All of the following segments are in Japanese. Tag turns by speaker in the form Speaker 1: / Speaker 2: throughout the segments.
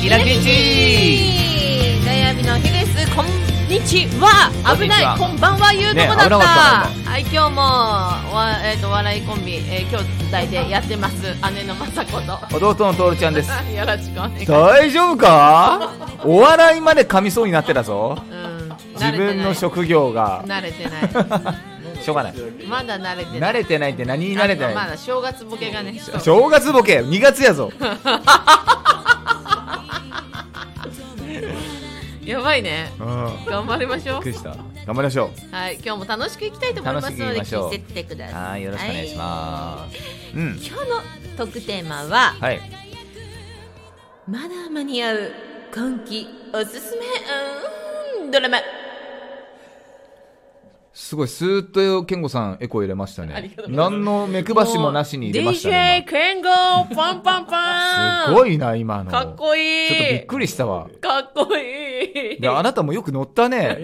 Speaker 1: キラケチ
Speaker 2: 土曜日のお昼です。こんにちは。
Speaker 1: こん
Speaker 2: 危
Speaker 1: にち
Speaker 2: ない
Speaker 1: は。
Speaker 2: こんばんは。言うとこだ
Speaker 1: ね危な
Speaker 2: った。
Speaker 1: かった
Speaker 2: はい、今日も、わえっ、と、お笑いコンビ、えー、兄弟でやってます。姉の雅子と。
Speaker 1: 弟のトールちゃんです
Speaker 2: よろしくお願いします。
Speaker 1: 大丈夫かお笑いまで噛みそうになってたぞ
Speaker 2: うん
Speaker 1: 自分の職業が
Speaker 2: 慣れてない。慣れてな
Speaker 1: しょうがない
Speaker 2: い。まだ慣れてない。
Speaker 1: 慣れてないって何に慣れて
Speaker 2: あま
Speaker 1: ない
Speaker 2: だ正月ボケがね。そう
Speaker 1: 正月ボケ2月やぞ
Speaker 2: やばいね。
Speaker 1: うん
Speaker 2: 頑張りましょ
Speaker 1: びっく。
Speaker 2: う
Speaker 1: りした頑張りましょ
Speaker 2: はい、今日も楽しくいきたいと思いますので、
Speaker 1: 楽しくいきましょう
Speaker 2: 聞いてってくだ
Speaker 1: う
Speaker 2: さ。
Speaker 1: はいいよろしくお願いしますうん
Speaker 2: す。今日のトークテーマは、
Speaker 1: はい
Speaker 2: まだ間に合う今季おすすめうーんドラマ
Speaker 1: すごいスーッと健吾さんエコー入れましたね
Speaker 2: ありがとうございます
Speaker 1: 何の目配しもなしに入れましたね
Speaker 2: DJ ケンゴパンパンパ
Speaker 1: 今
Speaker 2: ン
Speaker 1: すごいな今の
Speaker 2: かっこいい
Speaker 1: ちょっとびっくりしたわ
Speaker 2: かっこいい
Speaker 1: で、あなたもよく乗ったね。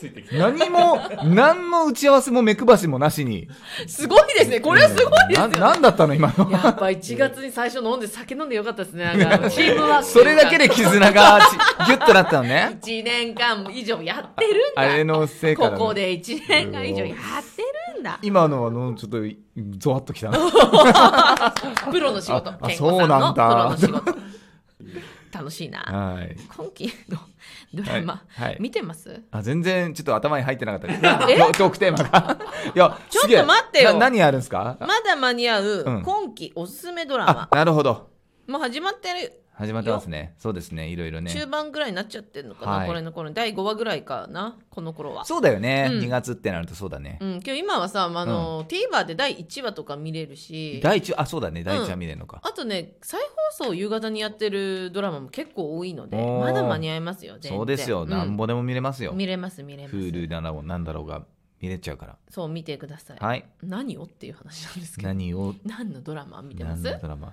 Speaker 3: ついてきて
Speaker 1: 何も、何の打ち合わせも目配しもなしに。
Speaker 2: すごいですねこれすごいです
Speaker 1: な、
Speaker 2: よ
Speaker 1: なんだったの今の。
Speaker 2: やっぱ1月に最初飲んで酒飲んでよかったですねなんかチームワーク
Speaker 1: それだけで絆がちギュッとなったのね。
Speaker 2: 1年間以上やってるんだ
Speaker 1: あれの成果だ、
Speaker 2: こ
Speaker 1: ね。
Speaker 2: こで1年間以上やってるんだ
Speaker 1: 今のはの、ちょっと、ゾワッときたな。
Speaker 2: プロの仕事
Speaker 1: ああ
Speaker 2: 健吾
Speaker 1: そ
Speaker 2: さんの
Speaker 1: うなんだ
Speaker 2: プロの仕事楽しいな
Speaker 1: はい。
Speaker 2: 今期のドラマ、
Speaker 1: はいはい
Speaker 2: 見てます
Speaker 1: あ、全然、ちょっと頭に入ってなかったです。トークテーマが。いや、
Speaker 2: ちょっ
Speaker 1: す
Speaker 2: と
Speaker 1: げえ
Speaker 2: 待ってよ
Speaker 1: な何あるんですか、
Speaker 2: まだ間に合
Speaker 1: う
Speaker 2: うん今期おすすめドラ
Speaker 1: あ
Speaker 2: マ、、
Speaker 1: なるほど。
Speaker 2: もう始まってる、
Speaker 1: 始まってますね。そうですね。いろいろね。
Speaker 2: 中盤ぐらいになっちゃってるのかな、
Speaker 1: はい
Speaker 2: これの頃に第5話ぐらいかなこの頃は。
Speaker 1: そうだよね、
Speaker 2: うん
Speaker 1: 2月ってなるとそうだね。
Speaker 2: うん、今日今はさ、まああの TVer で第1話とか見れるし
Speaker 1: 第一あ、そうだね。第一は見れるのか。
Speaker 2: あとね再放送を夕方にやってるドラマも結構多いので
Speaker 1: おー
Speaker 2: まだ間に合いますよ全然
Speaker 1: そうですよ、
Speaker 2: ん
Speaker 1: なんぼでも見れますよ。
Speaker 2: 見れます見れます
Speaker 1: Hulu ならもなんだろうが見れちゃうから。
Speaker 2: そう見てください、
Speaker 1: はい。
Speaker 2: 何をっていう話なんですけど
Speaker 1: 何を
Speaker 2: 何のドラマ見てま
Speaker 1: 何
Speaker 2: す
Speaker 1: のドラマ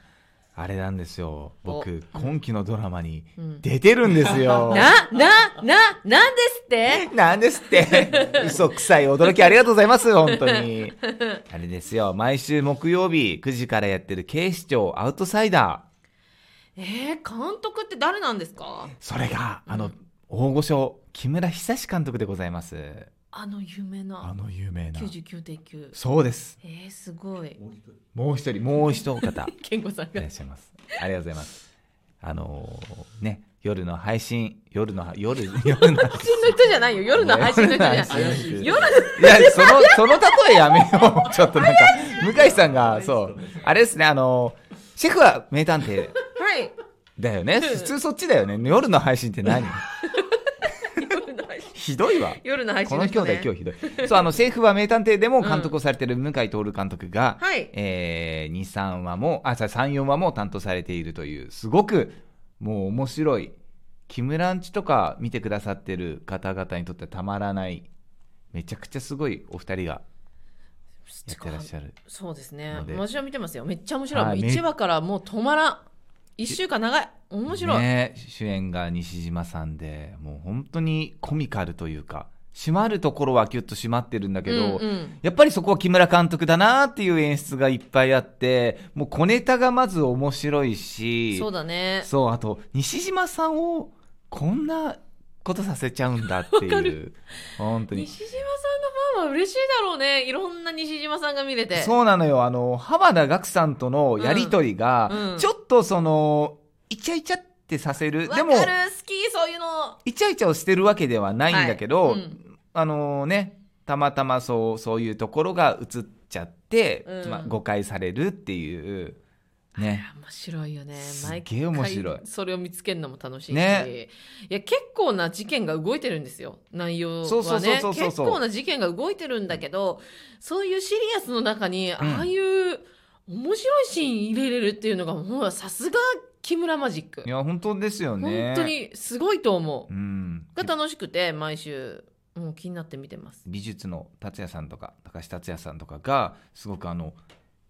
Speaker 1: あれなんですよ。
Speaker 2: お
Speaker 1: 僕今期のドラマに
Speaker 2: うん
Speaker 1: 出てるんですよ。
Speaker 2: な、な、な、なんですって
Speaker 1: なんですって。 嘘くさい驚きありがとうございます。本当に。あれですよ。毎週木曜日9時からやってる警視庁アウトサイダー。
Speaker 2: えー、監督って誰なんですか
Speaker 1: それが、あの、大御所、木村久志監督でございます。
Speaker 2: あの有名
Speaker 1: あ
Speaker 2: な
Speaker 1: の有名な。
Speaker 2: 99.9
Speaker 1: そうです。
Speaker 2: えー、すごい
Speaker 1: もう一人、もう一方。
Speaker 2: 健吾さん
Speaker 1: い
Speaker 2: が
Speaker 1: らっしゃいます。ありがとうございます。あのーね、夜の配信、夜の、 夜、夜の、
Speaker 2: 配信の人じゃないよ夜の配信の人じゃない
Speaker 1: 夜の配信
Speaker 2: 夜の
Speaker 1: いや、その、その例えやめよう。ちょっと なんか、向井さんが、そう、あれですね、あのーシェフは名探偵
Speaker 2: はい
Speaker 1: だよね。普通そっちだよね。夜の配信って何
Speaker 2: 夜の配信
Speaker 1: ひどいわ。
Speaker 2: 夜の配
Speaker 1: こ
Speaker 2: 信
Speaker 1: の
Speaker 2: の
Speaker 1: 兄
Speaker 2: 人、
Speaker 1: 弟
Speaker 2: ね、
Speaker 1: 今日ひどい。そう、あの、シェフは名探偵でも監督をされてる向井徹監督が、
Speaker 2: はい
Speaker 1: えー、2、3話も、あ、さ3、4話も担当されているという、すごく、もう面白い、キムランチとか見てくださってる方々にとってはたまらない、めちゃくちゃすごいお二人がやってらっしゃる。
Speaker 2: そうですね
Speaker 1: ので
Speaker 2: 私は見てますよめっちゃ面白い、
Speaker 1: はい
Speaker 2: もう
Speaker 1: め
Speaker 2: 1話からもう止まらん1週間長い面白い、
Speaker 1: ね、主演が西島さんで、もう本当にコミカルというか、締まるところはキュッと締まってるんだけど、
Speaker 2: うんうん
Speaker 1: やっぱりそこは木村監督だなっていう演出がいっぱいあって、もう小ネタがまず面白いし、
Speaker 2: そうだね
Speaker 1: そうあと、西島さんをこんなことさせちゃうんだって
Speaker 2: わか
Speaker 1: いう。本当に。
Speaker 2: 西島さんのファンは嬉しいだろうねいろんな西島さんが見れて
Speaker 1: そうなのよ。あの、浜田岳さんとのやりとり
Speaker 2: うん
Speaker 1: が
Speaker 2: う、ん
Speaker 1: ちょっとその、イチャイチャってさせる。
Speaker 2: わ
Speaker 1: で
Speaker 2: かる
Speaker 1: も、
Speaker 2: 好きそういうの
Speaker 1: イチャイチャをしてるわけではないんだけど、
Speaker 2: はいうん
Speaker 1: あのねたまたまそうそういうところが映っちゃって、
Speaker 2: うん
Speaker 1: まあ誤解されるっていうね
Speaker 2: 面白いよね
Speaker 1: す
Speaker 2: 毎
Speaker 1: っ
Speaker 2: 回
Speaker 1: げえ面白い
Speaker 2: それを見つけるのも楽しいし、
Speaker 1: ね
Speaker 2: いや結構な事件が動いてるんですよ内容はね
Speaker 1: そうそうそうそうそう
Speaker 2: 結構な事件が動いてるんだけどそういうシリアスの中に
Speaker 1: ん
Speaker 2: ああいう面白いシーン入れれるっていうのがもうさすが木村マジック、
Speaker 1: いや本当ですよね
Speaker 2: 本当にすごいと思う、
Speaker 1: うん
Speaker 2: が楽しくて毎週もう気になって見てます
Speaker 1: 美術の達也さんとか高橋達也さんとかがすごくあの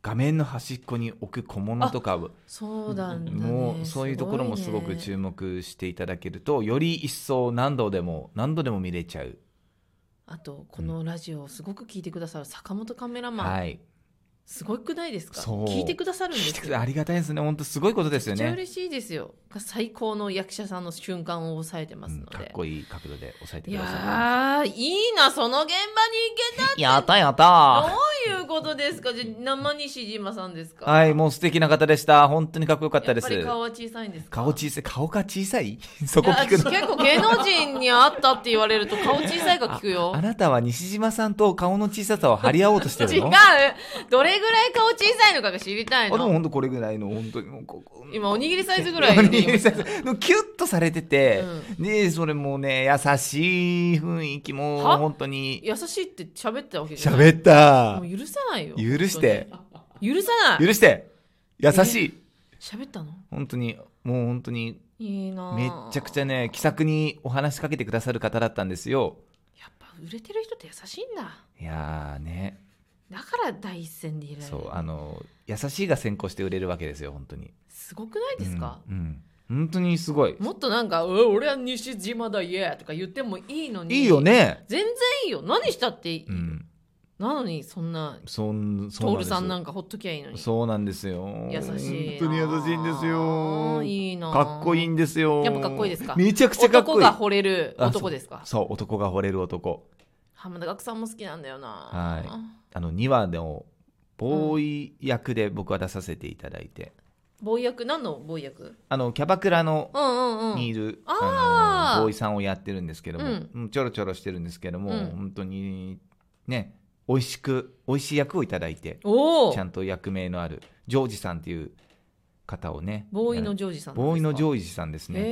Speaker 1: 画面の端っこに置く小物とかを
Speaker 2: そうなんだ、ね、
Speaker 1: もうそういうところもすごく
Speaker 2: 目
Speaker 1: 注目していただけるとより一層何度でも何度でも見れちゃう
Speaker 2: あとこのラジオをすごく聞いてくださる坂本カメラマン、
Speaker 1: はい
Speaker 2: すごくないですか
Speaker 1: そう
Speaker 2: 聞いてくださるんで
Speaker 1: 聞いて
Speaker 2: す
Speaker 1: く
Speaker 2: よ
Speaker 1: れありがたいですね本当すごいことですよ
Speaker 2: めっちゃ
Speaker 1: ね、
Speaker 2: 嬉しいですよが最高の役者さんの瞬間を抑えてます
Speaker 1: うん
Speaker 2: ので、
Speaker 1: かっこいい角度で押さえて
Speaker 2: い
Speaker 1: くださ
Speaker 2: やーいいなその現場に行けた
Speaker 1: いやったやっ
Speaker 2: ど
Speaker 1: た
Speaker 2: ういうことですかじゃあ生西島さんですか
Speaker 1: はいもう素敵な方でした本当にかっこよかった
Speaker 2: やっ
Speaker 1: で
Speaker 2: ぱり
Speaker 1: す
Speaker 2: 顔は小さいんですか
Speaker 1: 顔小さい顔が小さい そこ
Speaker 2: いや
Speaker 1: 聞
Speaker 2: 私
Speaker 1: くの
Speaker 2: 結構芸能人に会ったって言われると顔小さいか聞くよ
Speaker 1: あなたは西島さんと顔の小ささを張り合おうとして
Speaker 2: 違
Speaker 1: るの
Speaker 2: うどれぐらい顔小さいのかが知りたい
Speaker 1: あでも
Speaker 2: の
Speaker 1: 本当これぐらいの本当にもうここ
Speaker 2: 今おにぎりサイズぐらい で言いました
Speaker 1: おにぎりサイズのキュッとされてて、でそれもね優しい雰囲気も
Speaker 2: は
Speaker 1: 本当に
Speaker 2: 優しいって喋ってたわけじゃない
Speaker 1: 喋った
Speaker 2: もう許さないよ
Speaker 1: 許して
Speaker 2: 許さない
Speaker 1: 許して優しい
Speaker 2: 喋ったの
Speaker 1: 本当にもう本当に
Speaker 2: いいなあ
Speaker 1: めっちゃくちゃね気さくにお話しかけてくださる方だったんですよ
Speaker 2: やっぱ売れてる人って優しいんだ
Speaker 1: いやーね
Speaker 2: だから第一線でいられる
Speaker 1: そうあの優しいが先行して売れるわけですよ本当に
Speaker 2: すごくないですか、
Speaker 1: うん、うん本当にすごい
Speaker 2: もっとなんか「うわ俺は西島だイエーとか言ってもいいのに
Speaker 1: いいよね
Speaker 2: 全然いいよ何したっていい、
Speaker 1: うん
Speaker 2: なのにそんな
Speaker 1: そんそう
Speaker 2: 徹さんなん
Speaker 1: か
Speaker 2: かほっときゃいいのに
Speaker 1: そうなんですよ
Speaker 2: 優しい
Speaker 1: 本当に優しいんですよ
Speaker 2: いいな
Speaker 1: かっこいいんですよ
Speaker 2: やっぱかっこいいですか
Speaker 1: めちゃくちゃかっこいい
Speaker 2: 男が惚れる男です
Speaker 1: あ
Speaker 2: か
Speaker 1: そうそう男が惚れる男
Speaker 2: 浜田岳さんも好きなんだよな
Speaker 1: はあの2話のボーイ役で僕は出させていただいて、
Speaker 2: ボーイ役何のボーイ役
Speaker 1: あのキャバクラの
Speaker 2: うんうんうん
Speaker 1: にいる、
Speaker 2: あー
Speaker 1: あのボーイさんをやってるんですけども、
Speaker 2: うん
Speaker 1: うんちょろちょろしてるんですけども、
Speaker 2: うん
Speaker 1: 本当にね美味しく美味しい役をいただいて
Speaker 2: おお
Speaker 1: ちゃんと役名のあるジョージさんっていう方をね
Speaker 2: ボーイの
Speaker 1: や
Speaker 2: ジョージさん
Speaker 1: らボーイのジ
Speaker 2: ー
Speaker 1: ョージさんですねボ
Speaker 2: へ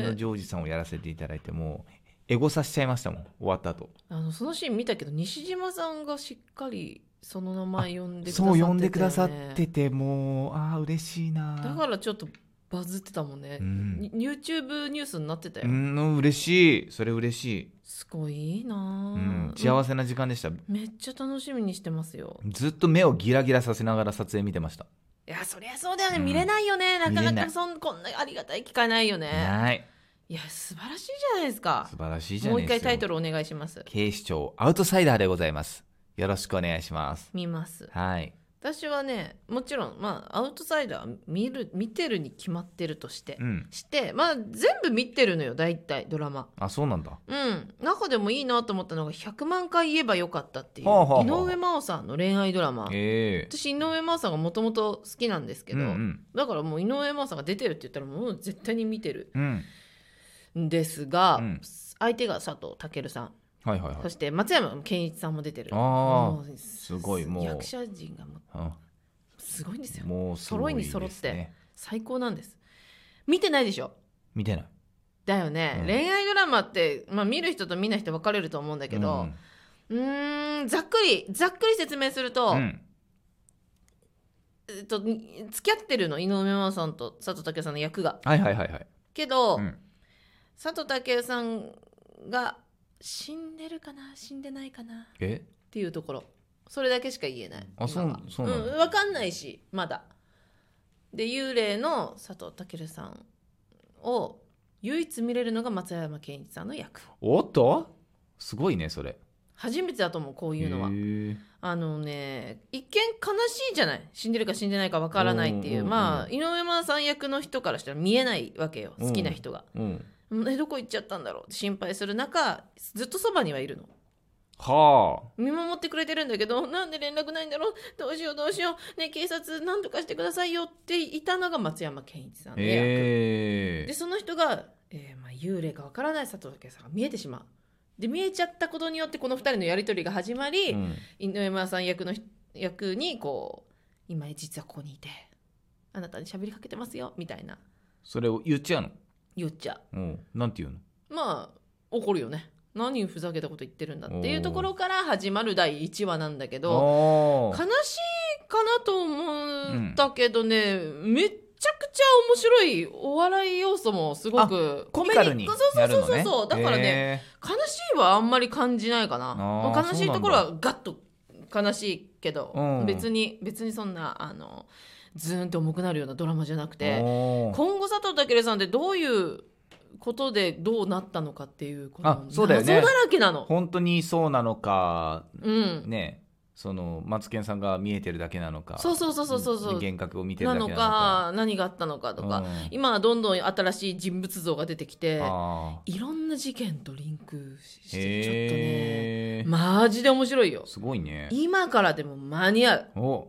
Speaker 1: ーイのジョージさんをやらせていただいてもうエゴさしちゃいましたもん終わった後
Speaker 2: あのそのシーン見たけど西島さんがしっかりその名前呼んでくださってたよ
Speaker 1: そ
Speaker 2: ね
Speaker 1: う呼んでくださっててもうああ嬉しいな
Speaker 2: だからちょっとバズってたもんね
Speaker 1: う、ん、
Speaker 2: に YouTube ニュースになってたよ、
Speaker 1: うん、嬉しいそれ嬉しい、
Speaker 2: すごいいいな
Speaker 1: う
Speaker 2: あ、
Speaker 1: ん、幸せな時間でした、
Speaker 2: めっちゃ楽しみにしてますよ
Speaker 1: ずっと目をギラギラさせながら撮影見てました
Speaker 2: いやそりゃそうだよね、
Speaker 1: うん
Speaker 2: 見れないよねなか
Speaker 1: 見れ
Speaker 2: な
Speaker 1: な
Speaker 2: か
Speaker 1: い
Speaker 2: そんこんなありがたい機会ないよね
Speaker 1: はい
Speaker 2: いや素晴らしいじゃないですか
Speaker 1: 素晴らしいじゃ
Speaker 2: も
Speaker 1: な
Speaker 2: う
Speaker 1: い
Speaker 2: 一
Speaker 1: です
Speaker 2: 回
Speaker 1: か
Speaker 2: タイトルお願いします
Speaker 1: 警視庁アウトサイダーでございますよろしくお願いします
Speaker 2: 見ます
Speaker 1: はい
Speaker 2: 私はねもちろんまあアウトサイダー見る見てるに決まってるとして、
Speaker 1: うん
Speaker 2: してまあ全部見てるのよ大体ドラマ
Speaker 1: あそうなんだ
Speaker 2: うん中でもいいなと思ったのが「100万回言えばよかった」っていう
Speaker 1: はあはあはあ
Speaker 2: 井上真央さんの恋愛ドラマ
Speaker 1: ええ
Speaker 2: 私井上真央さんがもともと好きなんですけど、
Speaker 1: うん
Speaker 2: だからもう井上真央さんが出てるって言ったらもう絶対に見てる
Speaker 1: うんうん
Speaker 2: んですが、
Speaker 1: うん
Speaker 2: 相手が佐藤健さん
Speaker 1: はいはいは
Speaker 2: そ
Speaker 1: い
Speaker 2: して松山健一さんも出てる
Speaker 1: あー
Speaker 2: もう
Speaker 1: すごいもう
Speaker 2: 役者陣がもう
Speaker 1: あ
Speaker 2: すごいんですよ
Speaker 1: もうすごいです、ね、
Speaker 2: 揃いに揃って最高なんです見てないでしょ
Speaker 1: 見てない
Speaker 2: だよね、
Speaker 1: うん
Speaker 2: 恋愛ドラマって、まあ、見る人と見ない人分かれると思うんだけど、うーんざっくりざっくり説明すると,、
Speaker 1: うんうん
Speaker 2: えっとに付き合ってるの井上真央さんと佐藤健さんの役が
Speaker 1: はいはいはいはい
Speaker 2: けど、
Speaker 1: うん
Speaker 2: 佐藤健さんが死んでるかな死んでないかなっ
Speaker 1: え
Speaker 2: ていうところそれだけしか言えない
Speaker 1: あそう
Speaker 2: 今は
Speaker 1: そうなの
Speaker 2: ん、分かんないしまだで幽霊の佐藤健さんを唯一見れるのが松山ケンイチさんの役
Speaker 1: おっとすごいねそれ
Speaker 2: 初めてだと思うこういうのは
Speaker 1: へえ
Speaker 2: あのね一見悲しいじゃない死んでるか死んでないかわからないって
Speaker 1: うん
Speaker 2: い
Speaker 1: うん
Speaker 2: う
Speaker 1: うん
Speaker 2: まあ井上真央さん役の人からしたら見えないわけよ好きな人が、
Speaker 1: うん
Speaker 2: うんえどこ行っちゃったんだろうって心配する中ずっとそばにはいるの
Speaker 1: は
Speaker 2: 見守ってくれてるんだけどなんで連絡ないんだろうどうしようどうしようね警察なんとかしてくださいよっていたのが松山ケンイチさ
Speaker 1: あ
Speaker 2: んで,、
Speaker 1: ええ
Speaker 2: でその人が、えーまあ、幽霊かわからない佐藤健さんが見えてしまうで見えちゃったことによってこの2人のやり取りが始まり、
Speaker 1: うん
Speaker 2: 井上真央さん役の人役にこう「今実はここにいてあなたに喋りかけてますよ」みたいな
Speaker 1: それを言っちゃうの
Speaker 2: 言っちゃ
Speaker 1: うんなんて言うの
Speaker 2: うまあ怒るよね何ふざけたこと言ってるんだっていうところから始まる第1話なんだけど
Speaker 1: あ
Speaker 2: 悲
Speaker 1: ー
Speaker 2: しいかなと思ったけどね、めっちゃくちゃ面白いお笑い要素もすごく
Speaker 1: コミカルに
Speaker 2: コメディ
Speaker 1: やる
Speaker 2: そう
Speaker 1: の
Speaker 2: そうそう
Speaker 1: ね
Speaker 2: そうだからね、
Speaker 1: へえ
Speaker 2: 悲しいはあんまり感じないかな
Speaker 1: あー
Speaker 2: 悲しいところはガッと悲しいけど、
Speaker 1: うん
Speaker 2: 別に別にそんなあのズーンと重くなるようなドラマじゃなくて
Speaker 1: おー
Speaker 2: 今後佐藤健さんってどういうことでどうなったのかっていうこの
Speaker 1: あそうだよね
Speaker 2: 謎だらけなの。
Speaker 1: 本当にそうなのか
Speaker 2: うん、
Speaker 1: ねそのマツケンさんが見えてるだけなのか
Speaker 2: そうそうそうそうそうそう
Speaker 1: 幻覚を見てる
Speaker 2: な
Speaker 1: だけな
Speaker 2: の
Speaker 1: のか
Speaker 2: か何があったのかとか、
Speaker 1: うん
Speaker 2: 今はどんどん新しい人物像が出てきて
Speaker 1: あ
Speaker 2: いろんな事件とリンクし
Speaker 1: ー
Speaker 2: てちょっとね
Speaker 1: へー
Speaker 2: マジで面白いよ
Speaker 1: すごいね
Speaker 2: 今からでも間に合う
Speaker 1: お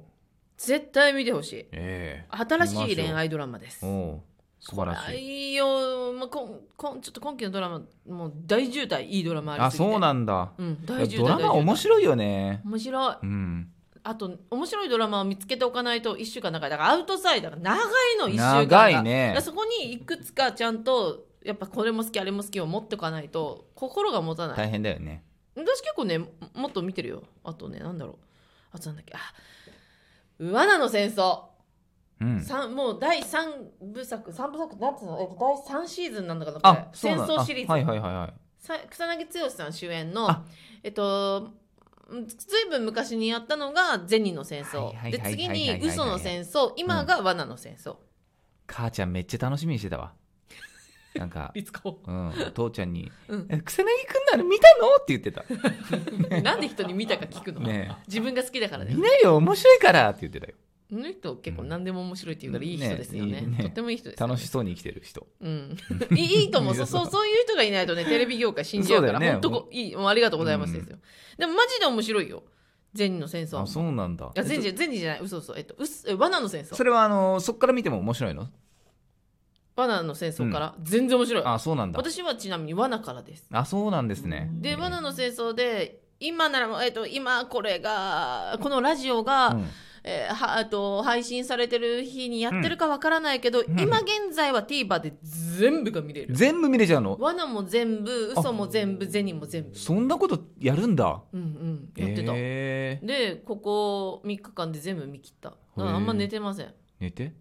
Speaker 2: 絶対見てほしい
Speaker 1: え
Speaker 2: 新しい恋愛ドラマです
Speaker 1: えお素晴ら
Speaker 2: あ
Speaker 1: しい
Speaker 2: いいよ、まあ、こんこんちょっと今期のドラマもう大渋滞いいドラマあ
Speaker 1: あ
Speaker 2: りすぎて
Speaker 1: そうんなんだ
Speaker 2: うん、
Speaker 1: い
Speaker 2: 大
Speaker 1: や
Speaker 2: 渋滞
Speaker 1: ドラマ面白いよね
Speaker 2: 面白い
Speaker 1: うん
Speaker 2: あと面白いドラマを見つけておかないと1週間長いだからアウトサイダーが長いの1週間が
Speaker 1: 長い
Speaker 2: だか
Speaker 1: ね
Speaker 2: らそこにいくつかちゃんとやっぱこれも好きあれも好きを持っておかないと心が持たない
Speaker 1: 大変だよね
Speaker 2: 私結構ねももっと見てるよあとねなんだろうあとなんだっけあ罠の戦争、
Speaker 1: うん
Speaker 2: 三もう第3部作3部作なんていうの、えっと、第3シーズンなんだかなこれ
Speaker 1: あそう
Speaker 2: 戦
Speaker 1: なん
Speaker 2: 争シリーズ、
Speaker 1: あはいはいはいはい
Speaker 2: さ草薙剛さん主演の
Speaker 1: あ
Speaker 2: えっとうんずいぶん昔にやったのが「銭の戦争
Speaker 1: はいは」い
Speaker 2: で
Speaker 1: はいはい
Speaker 2: 次
Speaker 1: はいはい
Speaker 2: に「
Speaker 1: はい
Speaker 2: 嘘の戦争」今が「罠の戦争
Speaker 1: 母ちゃんめっちゃ楽しみにしてたわなんか」、
Speaker 2: いつか
Speaker 1: うん、父ちゃんに
Speaker 2: うん
Speaker 1: 「え草薙くんなの見たの?」って言ってた
Speaker 2: なんで人に見たか聞くの、
Speaker 1: ね
Speaker 2: 自分が好きだから
Speaker 1: え
Speaker 2: だ
Speaker 1: 見
Speaker 2: よね
Speaker 1: ないよ面白いからって言ってたよ
Speaker 2: この人結構何でも面白いっていうからいい人ですよね,、
Speaker 1: ねいいね
Speaker 2: とってもいい人ですよね
Speaker 1: 楽しそうに生きてる人
Speaker 2: うん、いいいい と思う
Speaker 1: い
Speaker 2: そ
Speaker 1: や
Speaker 2: う
Speaker 1: そう
Speaker 2: そうそういう人がいないとねテレビ業界死んじゃうから
Speaker 1: そうだよね
Speaker 2: 本当こいいもうありがとうございますですよ、でもマジで面白いよ善人の戦争
Speaker 1: あそうなんだ
Speaker 2: いや善人善人じゃない嘘嘘えっとうすえ罠の戦
Speaker 1: そ
Speaker 2: 争
Speaker 1: れはあのそっから見ても面白いの
Speaker 2: 罠の戦争から全然面白い、
Speaker 1: あそうなんだ
Speaker 2: 私はちなみに罠からです
Speaker 1: あそうなんですね
Speaker 2: で罠の戦争で今ならえっと今これがこのラジオが、
Speaker 1: うん
Speaker 2: えーはあと配信されてる日にやってるかわからないけど、
Speaker 1: ん
Speaker 2: 今現在は TVer で全部が見れる
Speaker 1: 全部見れちゃうの
Speaker 2: 罠も全部嘘も全部銭も全部
Speaker 1: そんなことやるんだ
Speaker 2: うんうんやってた、
Speaker 1: えー
Speaker 2: でここ3日間で全部見切っただからあんま寝てません
Speaker 1: 寝て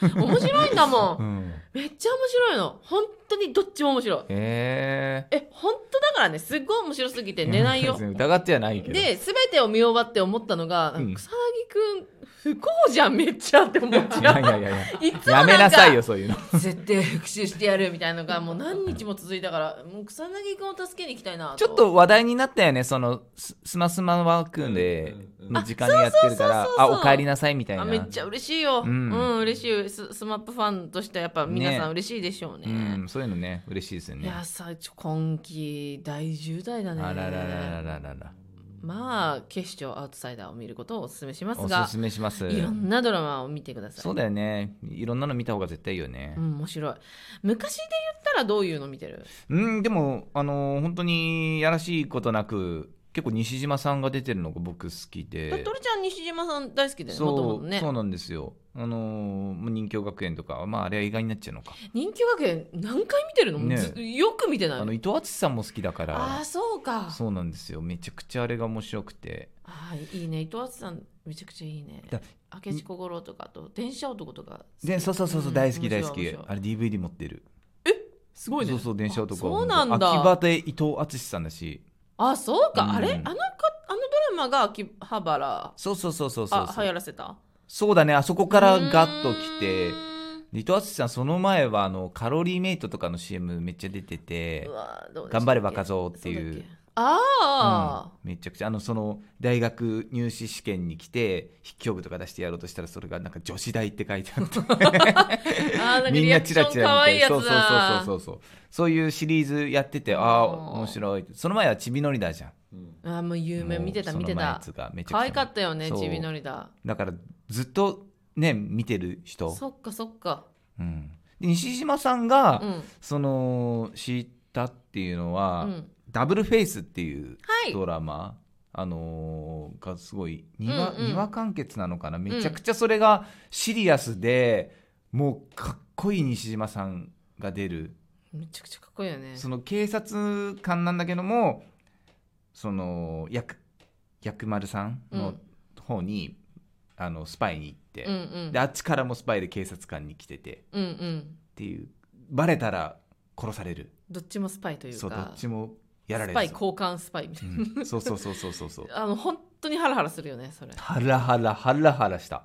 Speaker 2: 面白いんだも
Speaker 1: うんん
Speaker 2: めっちゃ面白いの本当にどっちも面白い
Speaker 1: え
Speaker 2: え本当だからねすっごい面白すぎて
Speaker 1: え
Speaker 2: 寝な いよ
Speaker 1: 疑ってはないけど
Speaker 2: で全てを見終わって思ったのが、
Speaker 1: うん
Speaker 2: 草薙くん不幸じゃんめっちゃって思っ
Speaker 1: い
Speaker 2: ち
Speaker 1: や
Speaker 2: ゃう
Speaker 1: いやいやい
Speaker 2: いつも
Speaker 1: やや
Speaker 2: なんか
Speaker 1: めなさいよそういうの
Speaker 2: 絶対復讐してやるみたいなのがもう何日も続いたからもう草薙くんを助けに行きたいな
Speaker 1: ちょっと話題になったよね、そのススマスマワークンで
Speaker 3: うんうん
Speaker 1: の時間にやってるから、
Speaker 2: あ
Speaker 1: あ
Speaker 2: そうそうそうそ
Speaker 1: お
Speaker 2: う
Speaker 1: 帰りなさいみたいな。
Speaker 2: あめっちゃ嬉しいよ、う、
Speaker 1: うんん
Speaker 2: 嬉しいススマップファンとしてはやっぱ皆さん
Speaker 1: ね
Speaker 2: 嬉しいでしょうね
Speaker 1: うん、そういうのね、嬉しいですよ
Speaker 2: い
Speaker 1: ね。
Speaker 2: やさちょ今期大10代だね
Speaker 1: あららららららら。
Speaker 2: まあ決勝アウトサイダーを見ることをお勧めします
Speaker 1: お
Speaker 2: が
Speaker 1: すすめします。
Speaker 2: いろんなドラマを見てください
Speaker 1: そうだよね、いろんなの見た方が絶対いいよね
Speaker 2: う。ん面白い昔で言ったらどういうの見てる
Speaker 1: うん、でも、あのー本当にやらしいことなく、結構西島さんが出てるのが僕好き
Speaker 2: だ
Speaker 1: で
Speaker 2: ト。ルちゃん西島さん大好きだよねもとも
Speaker 1: そ
Speaker 2: と
Speaker 1: う、
Speaker 2: ね
Speaker 1: そうなんですよ。あのーもう任教学園とか、まあ、あれは意外になっちゃうのか。
Speaker 2: 人気学園何回見てるの、
Speaker 1: ね
Speaker 2: ずよく見てない
Speaker 1: あの伊藤淳さんも好きだか
Speaker 2: あ
Speaker 1: ら
Speaker 2: あ。そうか
Speaker 1: そうなんですよ。めちゃくちゃあれが面白くて。
Speaker 2: あーいいね伊藤淳さんめちゃくちゃいいね
Speaker 1: だ
Speaker 2: 明智小五郎とかあと電車男とか好き
Speaker 1: でそうそうそうそう、
Speaker 2: ん
Speaker 1: 大好き大好
Speaker 2: 面
Speaker 1: き
Speaker 2: 白い面白い
Speaker 1: あれ DVD 持ってる
Speaker 2: すごいね
Speaker 1: そうそう電車男は
Speaker 2: あそうなんだ
Speaker 1: 秋葉で伊藤淳さんだし
Speaker 2: あそうか、
Speaker 1: うん
Speaker 2: あれあのかあのドラマが秋葉原
Speaker 1: そうそうそうそうそう
Speaker 2: あ
Speaker 1: そ
Speaker 2: 流行
Speaker 1: う
Speaker 2: らせた
Speaker 1: だねあそこからガッと来て
Speaker 2: うーん
Speaker 1: 伊藤淳さんその前はあのカロリーメイトとかの CM めっちゃ出てて
Speaker 2: うわどうでしたっ
Speaker 1: 頑
Speaker 2: け
Speaker 1: 張れ若造っていう
Speaker 2: そだっけああ、
Speaker 1: うんめちゃくちゃあのその大学入試試験に来て筆記用具とか出してやろうとしたらそれがなんか女子大って書いてあって
Speaker 2: あーなんか
Speaker 1: みん
Speaker 2: リ
Speaker 1: な
Speaker 2: アクシ
Speaker 1: チ
Speaker 2: ョ
Speaker 1: ラ
Speaker 2: ン
Speaker 1: チ
Speaker 2: 可
Speaker 1: ラ
Speaker 2: 愛い
Speaker 1: 見て
Speaker 2: やつ
Speaker 1: そうそう
Speaker 2: だ
Speaker 1: そうそうそうそういうシリーズやっててああ面白いその前はちびのりだじゃん
Speaker 3: うん
Speaker 2: あーもう有名見てた
Speaker 1: もう
Speaker 2: 見て
Speaker 1: その前のや
Speaker 2: た
Speaker 1: つがめちゃくちゃ
Speaker 2: 可愛かったよね
Speaker 1: そう
Speaker 2: ちびのりだ
Speaker 1: だからずっとね見てる人、
Speaker 2: そっかそっか
Speaker 1: うん、で西島さんが、
Speaker 2: うん
Speaker 1: その知ったっていうのは、
Speaker 2: うん
Speaker 1: ダブルフェイスっていう
Speaker 2: はい
Speaker 1: ドラマ、あのーがすごいにわ,、
Speaker 2: うんうん
Speaker 1: にわ完結なのかなめちゃくちゃそれがシリアスで、もうかっこいい西島さんが出る
Speaker 2: めちゃくちゃかっこいいよね
Speaker 1: その警察官なんだけどもその薬薬丸さんの方に、あのスパイに行って、
Speaker 2: うんうん
Speaker 1: であっちからもスパイで警察官に来ててっ
Speaker 2: うんうん
Speaker 1: ていうバレたら殺される
Speaker 2: どっちもスパイというか
Speaker 1: そうどっちもやられ
Speaker 2: ス
Speaker 1: る
Speaker 2: パイ交換スパイみたいな、
Speaker 1: うんそうそうそうそうそうそう
Speaker 2: あの本当にハラハラするよねそれ
Speaker 1: ハラハラハラハラした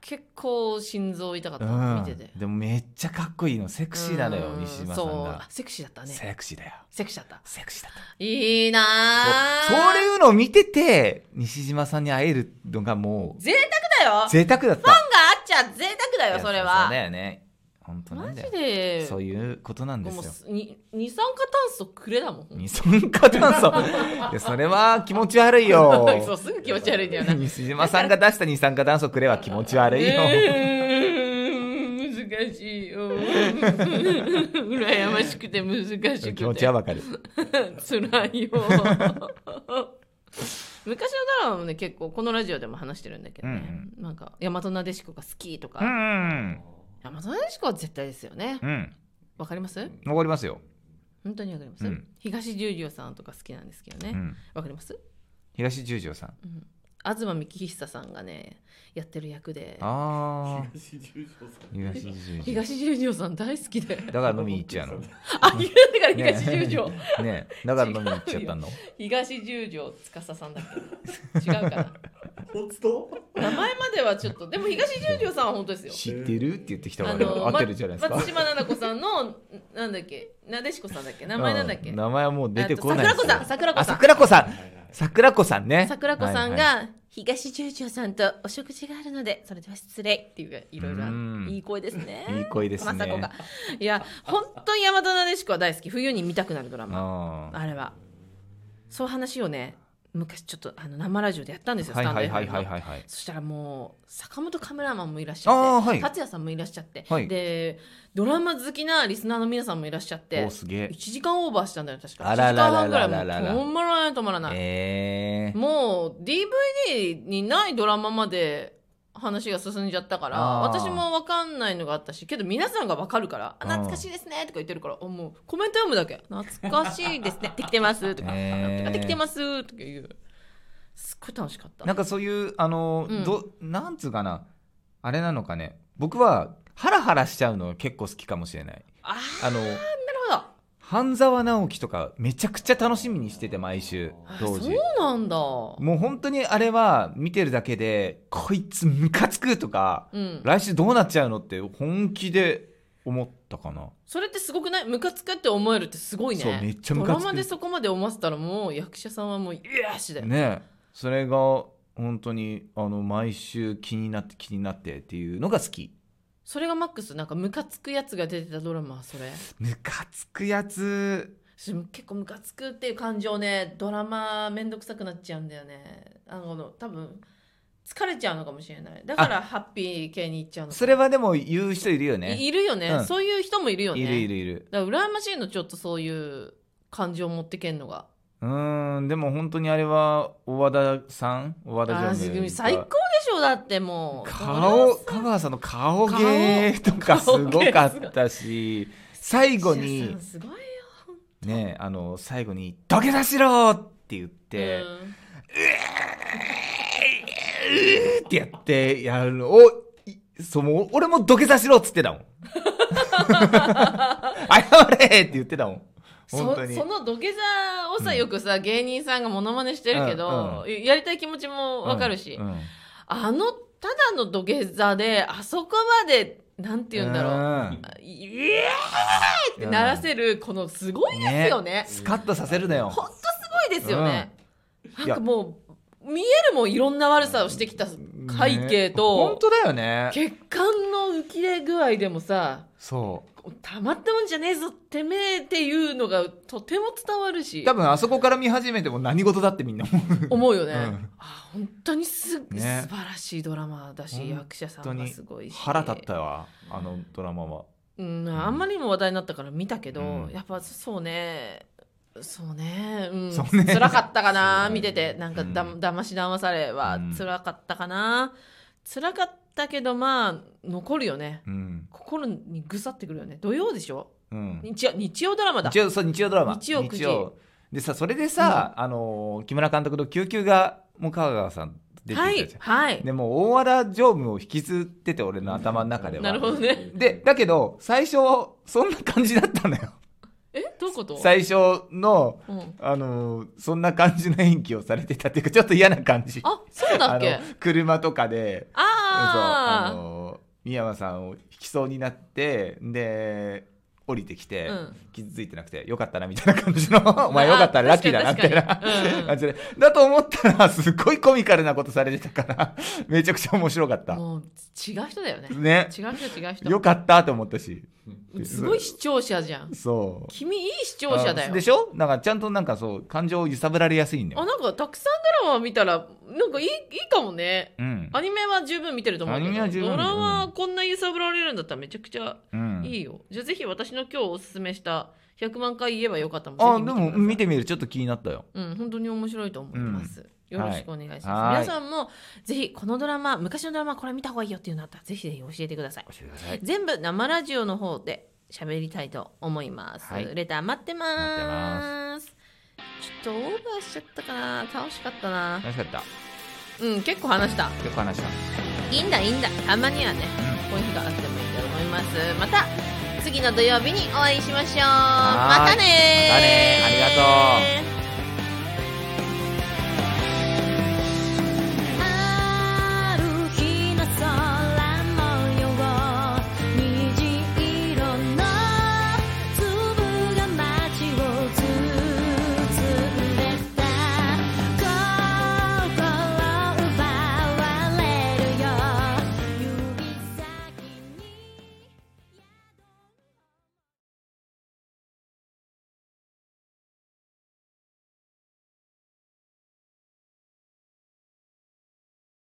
Speaker 2: 結構心臓痛かった、見てて
Speaker 1: うん、でもめっちゃかっこいいのセクシーなのよ
Speaker 2: うん
Speaker 1: 西島さん
Speaker 2: そう
Speaker 1: が
Speaker 2: あ、セクシーだったね
Speaker 1: セクシーだよ
Speaker 2: セクシーだった
Speaker 1: セクシーだった
Speaker 2: いいなー
Speaker 1: そうそういうのを見てて西島さんに会えるのがもう
Speaker 2: 贅沢だよファンが
Speaker 1: 贅沢だった
Speaker 2: あっちゃ贅沢だよそれ
Speaker 1: いやそう
Speaker 2: は
Speaker 1: だよね本当な
Speaker 2: マ
Speaker 1: んだ
Speaker 2: ジ
Speaker 1: よ
Speaker 2: で
Speaker 1: そういうことなんで
Speaker 2: も
Speaker 1: すよ
Speaker 2: うに二酸化炭素くれだもん
Speaker 1: 二酸化炭素 いやそれは気持ち悪いよ
Speaker 2: そうすぐ気持ち悪いんだよな
Speaker 1: 西島さんが出した二酸化炭素くれは 気持ち悪いよ、
Speaker 2: えー難しいよ 羨ましくて難しく て
Speaker 1: 気持ちはわかる
Speaker 2: つらいよ 昔のドラマもね結構このラジオでも話してるんだけどね、なんか大和なでしこが好きと
Speaker 1: う
Speaker 2: か、
Speaker 1: ん
Speaker 2: 大和なでしこは絶対ですよね
Speaker 1: うん
Speaker 2: わかります
Speaker 1: わかりますよ、
Speaker 2: 本当にわかります、
Speaker 1: うん
Speaker 2: 東十条さんとか好きなんですけど
Speaker 1: う
Speaker 2: ね
Speaker 1: ん、
Speaker 2: わ、かります、
Speaker 1: 東十条さん
Speaker 2: うん、東幹久さんがねやってる役で
Speaker 1: ああ
Speaker 3: 東十条さん。
Speaker 1: 東十条
Speaker 2: 東十条さん大好 きで
Speaker 1: だから飲みに行っちゃうの
Speaker 2: あ、言うてから
Speaker 1: ね
Speaker 2: 東十条、
Speaker 1: ねえだから飲みに行っちゃったの
Speaker 2: 東十条司さんだっけ違うか
Speaker 3: 本当
Speaker 2: な名前まではちょっとでも東十条さんは本当ですよ
Speaker 1: 知ってるって言ってきたか
Speaker 2: あ
Speaker 1: ら
Speaker 2: の
Speaker 1: 合ってるじゃないです
Speaker 2: ま
Speaker 1: か、
Speaker 2: 松島菜々子さんのなんだっけなでしこさんだっけ名前なんだっけ、
Speaker 1: う名前はもう出てこないですよ
Speaker 2: あと桜
Speaker 1: あ
Speaker 2: 子さん
Speaker 1: 桜子さ
Speaker 3: はい
Speaker 1: ん
Speaker 3: はい
Speaker 1: 桜子さんね
Speaker 2: 桜子さん
Speaker 1: はい
Speaker 2: が東十条さんとお食事があるのでそれでは失礼っていういろいろ
Speaker 1: うん
Speaker 2: いい声ですね
Speaker 1: はいいい声ですね
Speaker 2: まさこがいや本当に山田なでしこは大好き冬に見たくなるドラマ
Speaker 1: あ
Speaker 2: あれはそういう話をね昔ちょっとあの生ラジオでやったんですよ
Speaker 1: ーはいはいはい
Speaker 2: ス
Speaker 1: はい
Speaker 2: タンド FM の
Speaker 1: はいはい
Speaker 2: そしたらもう坂本カメラマンもいらっし
Speaker 1: あ
Speaker 2: ゃ
Speaker 1: ー
Speaker 2: って、
Speaker 1: はい
Speaker 2: 達也さんもいらっしゃって、
Speaker 1: はい
Speaker 2: でドラマ好きなリスナーの皆さんもいらっしゃって
Speaker 1: おすげえ
Speaker 2: 1時間オーバーしたんだよ確か
Speaker 1: あらららららら
Speaker 2: 1時間半ぐらいもう止まらない止まらない、
Speaker 1: えー、
Speaker 2: もう DVD にないドラマまで話が進んじゃったから
Speaker 1: あー
Speaker 2: 私も分かんないのがあったしけど皆さんが分かるから「あ
Speaker 1: うん
Speaker 2: 懐かしいですね」とか言ってるからあもうコメント読むだけ「懐かしいです ね」「できてます」とか「
Speaker 1: えー
Speaker 2: できてます」とか言うすっごい楽しかった
Speaker 1: なんかそういうあの、
Speaker 2: うん
Speaker 1: どなんつうかなあれなのかね僕はハラハラしちゃうの結構好きかもしれない
Speaker 2: あ
Speaker 1: あの
Speaker 2: ーなるほど
Speaker 1: 半沢直樹とかめちゃくちゃ楽しみにしてて毎週
Speaker 2: あ
Speaker 1: 当時
Speaker 2: そうなんだ
Speaker 1: もう本当にあれは見てるだけでこいつムカつくとか
Speaker 2: うん
Speaker 1: 来週どうなっちゃうのって本気で思ったかな
Speaker 2: それってすごくないムカつくって思えるってすごいね
Speaker 1: そうめっちゃム
Speaker 2: ド
Speaker 1: カつ
Speaker 2: ラ
Speaker 1: く
Speaker 2: マでそこまで思わせたらもう役者さんはもうよしだよ、
Speaker 1: ねえそれが本当にあの毎週気になって気になってっていうのが好き
Speaker 2: それがマックスなんかムカつくやつが出てたドラマはそれ
Speaker 1: ムカつくやつ
Speaker 2: 私も結構ムカつくっていう感情ねドラマめんどくさくなっちゃうんだよねあの多分疲れちゃうのかもしれないだからハッピー系に行っちゃうのか
Speaker 1: それはでも言う人いるよね
Speaker 2: いいるよね、
Speaker 1: うん
Speaker 2: そういう人もいるよね
Speaker 1: いるいるいる
Speaker 2: だから羨ましいのちょっとそういう感情を持ってけんのが
Speaker 1: うーんでも本当にあれは小和田さん小和田
Speaker 2: あ
Speaker 1: 常
Speaker 2: ー
Speaker 1: 務
Speaker 2: 組最高でしょだってもう
Speaker 1: 顔香川さんの顔芸とかす
Speaker 2: 顔
Speaker 1: ごかったし最後
Speaker 2: 石田
Speaker 1: に
Speaker 2: さんすごいよ
Speaker 1: ねあの最後に「土下座しろ!」って言って「
Speaker 2: うん
Speaker 1: えーってやってやるのをいそうもう俺も土下座しろっつって たもん謝れって言ってたもん本
Speaker 2: そ
Speaker 1: 当に
Speaker 2: その土下座をさ、
Speaker 1: うん
Speaker 2: よくさ芸人さんがモノマネしてるけど、ややりたい気持ちもわかるし、
Speaker 1: うんうん
Speaker 2: あのただの土下座であそこまでなんて言うんだろう、
Speaker 1: うん
Speaker 2: イエーイってならせるこのすごいですよね
Speaker 1: スカッとさせるのよ
Speaker 2: ほんとすごいですよね、
Speaker 1: うんい
Speaker 2: な
Speaker 1: や
Speaker 2: んかもう見えるもんいろんな悪さをしてきた背景と
Speaker 1: 本、当だよね
Speaker 2: 血管の浮き出具合でもさ
Speaker 1: そう
Speaker 2: たまったもんじゃねえぞてめえっていうのがとても伝わるし
Speaker 1: 多分あそこから見始めても何事だってみんな思う
Speaker 2: 思うよね、
Speaker 1: うん
Speaker 2: あ本当にす、
Speaker 1: ね
Speaker 2: 素晴らしいドラマだし
Speaker 1: 本当に
Speaker 2: 役者さんがすごいし
Speaker 1: 腹立ったわあのドラマは
Speaker 2: うん、あんまりにも話題になったから見たけど、
Speaker 1: うん
Speaker 2: やっぱそうねそうね,、うん、
Speaker 1: そうね
Speaker 2: 辛かったかな、
Speaker 1: そうね
Speaker 2: 見ててなんかだ,、
Speaker 1: うん
Speaker 2: だましだまされは
Speaker 1: うん
Speaker 2: 辛かったかな、辛かったけどまあ残るよね
Speaker 1: うん
Speaker 2: 心にぐさってくるよね土曜でしょ
Speaker 1: うん
Speaker 2: 日曜日曜ドラマだ
Speaker 1: 日曜そう日曜ドラマ
Speaker 2: 日曜9時
Speaker 1: でさそれでさ、あのー木村監督と救急がもう香川さん出て
Speaker 2: は
Speaker 1: きた
Speaker 2: い
Speaker 1: じゃん、
Speaker 2: はい
Speaker 1: でもう大和田常務を引きずってて俺の頭の中では
Speaker 2: なるほどね
Speaker 1: でだけど最初そんな感じだったのよ
Speaker 2: えどういうこと、
Speaker 1: 最初の
Speaker 2: うん、
Speaker 1: あのーそんな感じの演技をされてたっていうかちょっと嫌な感じ
Speaker 2: あそうだっけ
Speaker 1: あの車とかで
Speaker 2: あ
Speaker 1: あ
Speaker 2: あ
Speaker 1: の三山さんを引きそうになってで降りてきて、
Speaker 2: うん
Speaker 1: 傷ついてなくてよかったなみたいな感じのお前よかったね
Speaker 2: あ
Speaker 1: ラッキーだなみたいな
Speaker 2: 確かに確かにうん
Speaker 1: 感じでだと思ったらすごいコミカルなことされてたからめちゃくちゃ面白かっ
Speaker 2: あ
Speaker 1: た
Speaker 2: もう違う人だよね
Speaker 1: ね
Speaker 2: 違う人違う
Speaker 1: よ
Speaker 2: 人
Speaker 1: かったと思ったし
Speaker 2: すごい視聴者じゃん
Speaker 1: そう
Speaker 2: 君いい視聴者だよ
Speaker 1: あでしょなんかちゃんとなんかそう感情を揺さぶられやすいんだ
Speaker 2: あ
Speaker 1: よ
Speaker 2: なんかたくさんドラマ見たらなんかいいいいかもね
Speaker 1: うん
Speaker 2: アニメは十分見てると思うけど
Speaker 1: アニメは十分
Speaker 2: ドラマ
Speaker 1: う
Speaker 2: は
Speaker 1: ん
Speaker 2: こんな揺さぶられるんだったらめちゃくちゃ
Speaker 1: うん
Speaker 2: いいよ、じゃあぜひ私の今日おすすめした100万回言えばよかったも
Speaker 1: あ
Speaker 2: ぜ
Speaker 1: で
Speaker 2: ひ
Speaker 1: も
Speaker 2: ください
Speaker 1: 見てみるちょっと気になったよ
Speaker 2: うん、本当に面白いと思います。
Speaker 1: ん
Speaker 2: よろしくお願いします。
Speaker 1: はい
Speaker 2: 皆さんもぜひこのドラマ、昔のドラマこれ見た方がいいよっていうのあったらぜひぜひ教えてください。
Speaker 1: 教えてください
Speaker 2: 全部生ラジオの方で喋りたいと思います。
Speaker 1: はい
Speaker 2: レター待ってます
Speaker 1: 待ってま
Speaker 2: ちょっとオーバーしちゃったかな楽しかったな
Speaker 1: 楽しかった
Speaker 2: うん結構話した
Speaker 1: よく話した
Speaker 2: いいんだいいんだたまにはねこういう日があってもいいと思いますまた次の土曜日にお会いしましょう
Speaker 1: は
Speaker 2: ま
Speaker 1: ーいまた
Speaker 2: たねー
Speaker 1: ねーありがとう